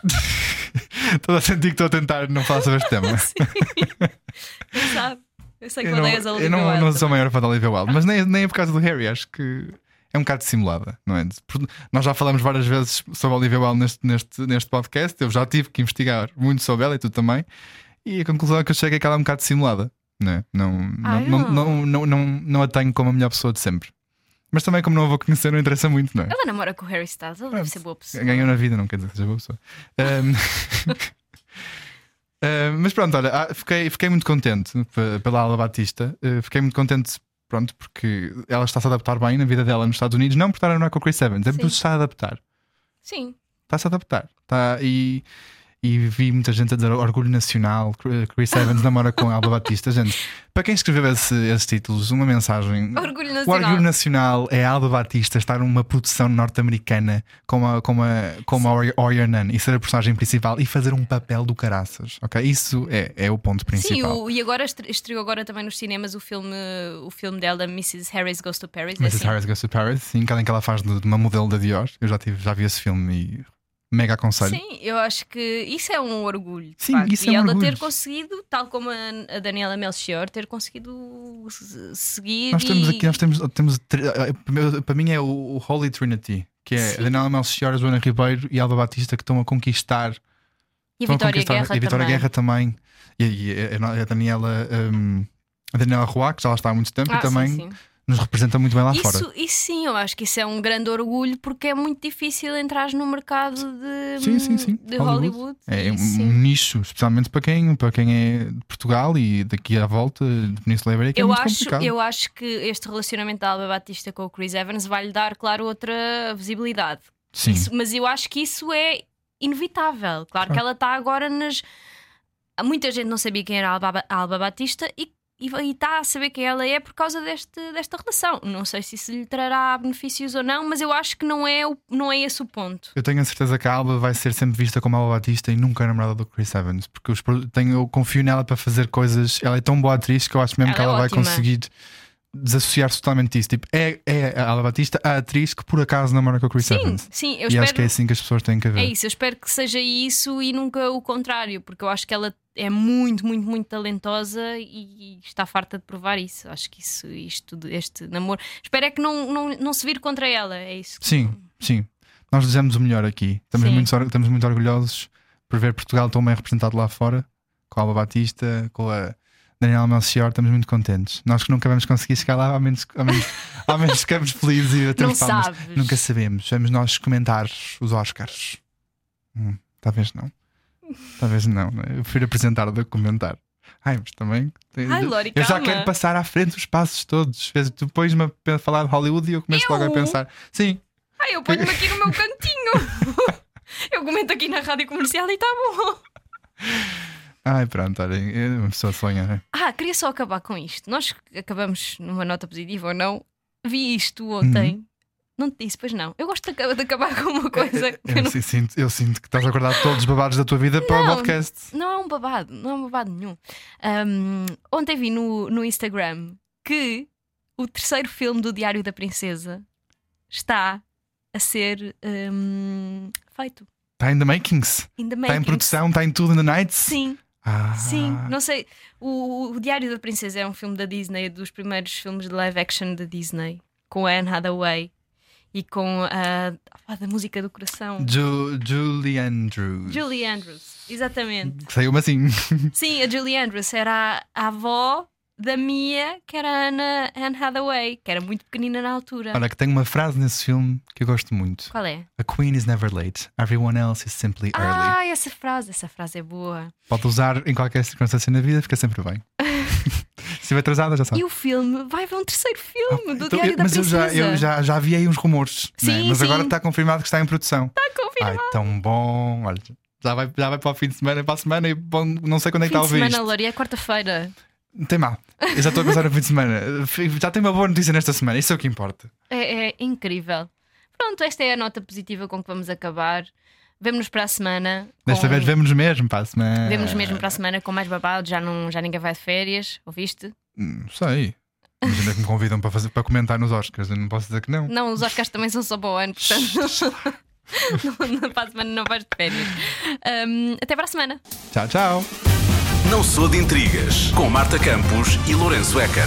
[SPEAKER 5] Estou a sentir que estou a tentar não falar sobre este tema.
[SPEAKER 2] Quem sabe? Eu sei é que
[SPEAKER 5] Eu não,
[SPEAKER 2] odeias a
[SPEAKER 5] eu
[SPEAKER 2] Olivia
[SPEAKER 5] não-
[SPEAKER 2] Wilde
[SPEAKER 5] não sou a
[SPEAKER 2] também.
[SPEAKER 5] maior fã da Olivia Wilde, mas nem, nem é por causa do Harry, acho que é um bocado simulada, não é? Por- Nós já falamos várias vezes sobre a Olivia Wilde neste, neste, neste podcast, eu já tive que investigar muito sobre ela e tu também, e a conclusão que eu chego é que ela é um bocado simulada, não é? Não,
[SPEAKER 2] Ah,
[SPEAKER 5] não, não,
[SPEAKER 2] eu
[SPEAKER 5] não, não, não- não a tenho como a melhor pessoa de sempre. Mas também, como não a vou conhecer, não interessa muito, não é?
[SPEAKER 2] Ela namora com o Harry Styles, ela deve ser boa pessoa.
[SPEAKER 5] Ganhou na vida, não quer dizer que seja boa pessoa. Ahm, ahm, mas pronto, olha, ah, fiquei, fiquei muito contente pe- pela Ala Batista. Eh, fiquei muito contente, pronto, porque ela está a se adaptar bem na vida dela nos Estados Unidos. Não por estar a namorar com o Chris Evans, é porque
[SPEAKER 2] Sim.
[SPEAKER 5] se está a adaptar.
[SPEAKER 2] Sim,
[SPEAKER 5] Está a se adaptar. Está, e, e vi muita gente a dizer Orgulho Nacional, Chris Evans namora com Alba Batista. Gente, para quem escreveu esse- esses títulos, uma mensagem.
[SPEAKER 2] Orgulho
[SPEAKER 5] O
[SPEAKER 2] Nacional.
[SPEAKER 5] Orgulho Nacional é a Alba Batista estar numa produção norte-americana como a, como a, como a Ori- Orianan e ser a personagem principal e fazer um papel do caraças, ok? Isso é, é o ponto
[SPEAKER 2] Sim,
[SPEAKER 5] principal.
[SPEAKER 2] o- e agora estre- estreou agora também nos cinemas o filme, o filme dela, Mrs. Harris Goes to Paris.
[SPEAKER 5] Mrs.
[SPEAKER 2] assim,
[SPEAKER 5] Harris Goes to Paris, sim, que além que ela faz de, de uma modelo da Dior. Eu já, tive, já vi esse filme e mega aconselho.
[SPEAKER 2] Sim, eu acho que isso é um orgulho. de
[SPEAKER 5] Sim,
[SPEAKER 2] facto.
[SPEAKER 5] isso é
[SPEAKER 2] e
[SPEAKER 5] um
[SPEAKER 2] ela
[SPEAKER 5] orgulho.
[SPEAKER 2] ter conseguido, tal como a, a Daniela Melchior, ter conseguido se- seguir.
[SPEAKER 5] Nós temos
[SPEAKER 2] e-
[SPEAKER 5] aqui, nós temos, temos tri- eh, primeiro, para mim é o, o Holy Trinity, que é
[SPEAKER 2] Sim.
[SPEAKER 5] a Daniela Melchior, a Joana Ribeiro e a Alba Batista que estão a conquistar
[SPEAKER 2] e a
[SPEAKER 5] Estão
[SPEAKER 2] Vitória
[SPEAKER 5] conquistar-
[SPEAKER 2] Guerra.
[SPEAKER 5] Então, e a Vitória
[SPEAKER 2] também.
[SPEAKER 5] Guerra também. E, e a- a, a Daniela um, a Daniela Roa, que já lá está há muito tempo
[SPEAKER 2] Ah,
[SPEAKER 5] e também
[SPEAKER 2] sim, sim.
[SPEAKER 5] nos representa muito bem lá fora.
[SPEAKER 2] Isso, isso sim, eu acho que isso é um grande orgulho porque é muito difícil entrar no mercado de,
[SPEAKER 5] Sim, sim, sim.
[SPEAKER 2] de
[SPEAKER 5] Hollywood.
[SPEAKER 2] Hollywood.
[SPEAKER 5] É um
[SPEAKER 2] Isso sim.
[SPEAKER 5] nicho, especialmente para quem, para quem é de Portugal e daqui à volta de Península Ibérica. é
[SPEAKER 2] Eu
[SPEAKER 5] muito
[SPEAKER 2] acho,
[SPEAKER 5] complicado.
[SPEAKER 2] eu acho que este relacionamento da Alba Batista com o Chris Evans vai lhe dar, claro, outra visibilidade.
[SPEAKER 5] Sim,
[SPEAKER 2] Isso- mas eu acho que isso é inevitável. Claro, que ela está agora nas. Há Muita gente não sabia quem era a Alba, a Alba Batista e e vai- e está a saber quem ela é por causa deste, desta relação. Não sei se isso lhe trará benefícios ou não, mas eu acho que não é, o- não é esse o ponto.
[SPEAKER 5] Eu tenho a certeza que a Alba vai ser sempre vista como a Alba Batista e nunca a namorada do Chris Evans, porque os pro- tenho, eu confio nela para fazer coisas. Ela é tão boa atriz que eu acho mesmo
[SPEAKER 2] Ela
[SPEAKER 5] que
[SPEAKER 2] é
[SPEAKER 5] ela vai
[SPEAKER 2] ótima.
[SPEAKER 5] conseguir desassociar-se totalmente disso. Tipo, é, é a Alba Batista, a atriz que por acaso namora com o Chris
[SPEAKER 2] Sim,
[SPEAKER 5] Evans.
[SPEAKER 2] sim,
[SPEAKER 5] e
[SPEAKER 2] eu
[SPEAKER 5] acho que é
[SPEAKER 2] espero.
[SPEAKER 5] assim que as pessoas têm que ver.
[SPEAKER 2] É isso, eu espero que seja isso e nunca o contrário, porque eu acho que ela é muito, muito, muito talentosa e está farta de provar isso. Acho que isso, isto, este namoro. Espero é que não, não, não se vire contra ela, é isso. que-
[SPEAKER 5] Sim, sim. Nós desejamos o melhor aqui. Estamos
[SPEAKER 2] Sim.
[SPEAKER 5] muito, or- estamos muito orgulhosos por ver Portugal tão bem representado lá fora, com a Alba Batista, com a Daniela Melchior. Estamos muito contentes. Nós que nunca vamos conseguir chegar lá, ao menos, ao menos, ao menos ficamos felizes e batemos
[SPEAKER 2] Não
[SPEAKER 5] palmas.
[SPEAKER 2] sabes.
[SPEAKER 5] Nunca sabemos. Vamos nós comentar os Oscars. Hum, talvez não. Talvez não. né? Eu prefiro apresentar do que comentar. Ai, mas também.
[SPEAKER 2] Ai, Lori,
[SPEAKER 5] eu já
[SPEAKER 2] calma.
[SPEAKER 5] quero passar à frente os passos todos. Tu pões-me a falar de Hollywood e eu começo logo a
[SPEAKER 2] Eu?
[SPEAKER 5] pensar. Sim,
[SPEAKER 2] Ai, Ah, eu ponho-me aqui no meu cantinho. eu comento aqui na rádio comercial e está bom.
[SPEAKER 5] Ai, pronto, olhem, é uma pessoa sonha, né?
[SPEAKER 2] Ah, queria só acabar com isto. Nós acabamos numa nota positiva ou não. Vi isto ontem.
[SPEAKER 5] Uhum.
[SPEAKER 2] Não te disse, pois não. Eu gosto de, aca- de acabar com uma coisa que é, eu
[SPEAKER 5] Eu,
[SPEAKER 2] não.
[SPEAKER 5] si- sinto, eu sinto que estás a guardar todos os babados da tua vida para o
[SPEAKER 2] Não.
[SPEAKER 5] podcast.
[SPEAKER 2] Não é um babado, não é um babado nenhum. Ahm, ontem vi no, no Instagram que o terceiro filme do Diário da Princesa está a ser ahm, feito.
[SPEAKER 5] Está in the makings,
[SPEAKER 2] Ainda
[SPEAKER 5] está em produção, está em tudo in the nights.
[SPEAKER 2] Sim.
[SPEAKER 5] Ah,
[SPEAKER 2] Sim, não sei. O, o Diário da Princesa é um filme da Disney, dos primeiros filmes de live action da Disney, com a Anne Hathaway e com a, ah, da música do coração.
[SPEAKER 5] Ju- Julie Andrews.
[SPEAKER 2] Julie Andrews, exatamente.
[SPEAKER 5] Saiu-me assim.
[SPEAKER 2] Sim, a Julie Andrews era a, a avó da Mia, que era a Ana, Anne Hathaway, que era muito pequenina na altura.
[SPEAKER 5] Olha, que tem uma frase nesse filme que eu gosto muito:
[SPEAKER 2] Qual é?
[SPEAKER 5] A Queen is never late, everyone else is simply early.
[SPEAKER 2] Ah, essa frase, essa frase é boa.
[SPEAKER 5] Pode usar em qualquer circunstância na vida, fica sempre bem. Se estiver atrasada, já sabe.
[SPEAKER 2] E o filme? Vai haver um terceiro filme do
[SPEAKER 5] Tá. Então,
[SPEAKER 2] Diário
[SPEAKER 5] eu-
[SPEAKER 2] da
[SPEAKER 5] mas eu
[SPEAKER 2] Princesa.
[SPEAKER 5] já, eu já, já vi aí uns rumores, né?
[SPEAKER 2] Sim,
[SPEAKER 5] mas agora
[SPEAKER 2] sim.
[SPEAKER 5] está confirmado que está em produção.
[SPEAKER 2] Confirma.
[SPEAKER 5] Ai, tão bom. Olha, já vai, já vai para o fim de semana, é para a semana e bom, não sei quando é que
[SPEAKER 2] Fim
[SPEAKER 5] está a
[SPEAKER 2] de
[SPEAKER 5] ouvir
[SPEAKER 2] semana,
[SPEAKER 5] isto.
[SPEAKER 2] Lori, é quarta-feira.
[SPEAKER 5] Não Tem má. Eu já estou a pensar no fim de semana. Fi- Já tem uma boa notícia nesta semana, isso é o que importa.
[SPEAKER 2] É, é incrível. Pronto, esta é a nota positiva com que vamos acabar. Vemo-nos para a semana.
[SPEAKER 5] Desta
[SPEAKER 2] com-
[SPEAKER 5] vez vemos mesmo para a semana.
[SPEAKER 2] Vemo-nos mesmo para a semana com mais babado. Já, não, já ninguém vai de férias, ouviste?
[SPEAKER 5] Não Hum, sei. Mas ainda que me convidam para, fazer, para comentar nos Oscars, eu não posso dizer que não.
[SPEAKER 2] Não, os Oscars também são só para o ano, portanto. não, não, para a semana não vais de férias. Ahm, até para a semana.
[SPEAKER 5] Tchau, tchau.
[SPEAKER 4] Não sou de intrigas com Marta Campos e Lourenço Eker.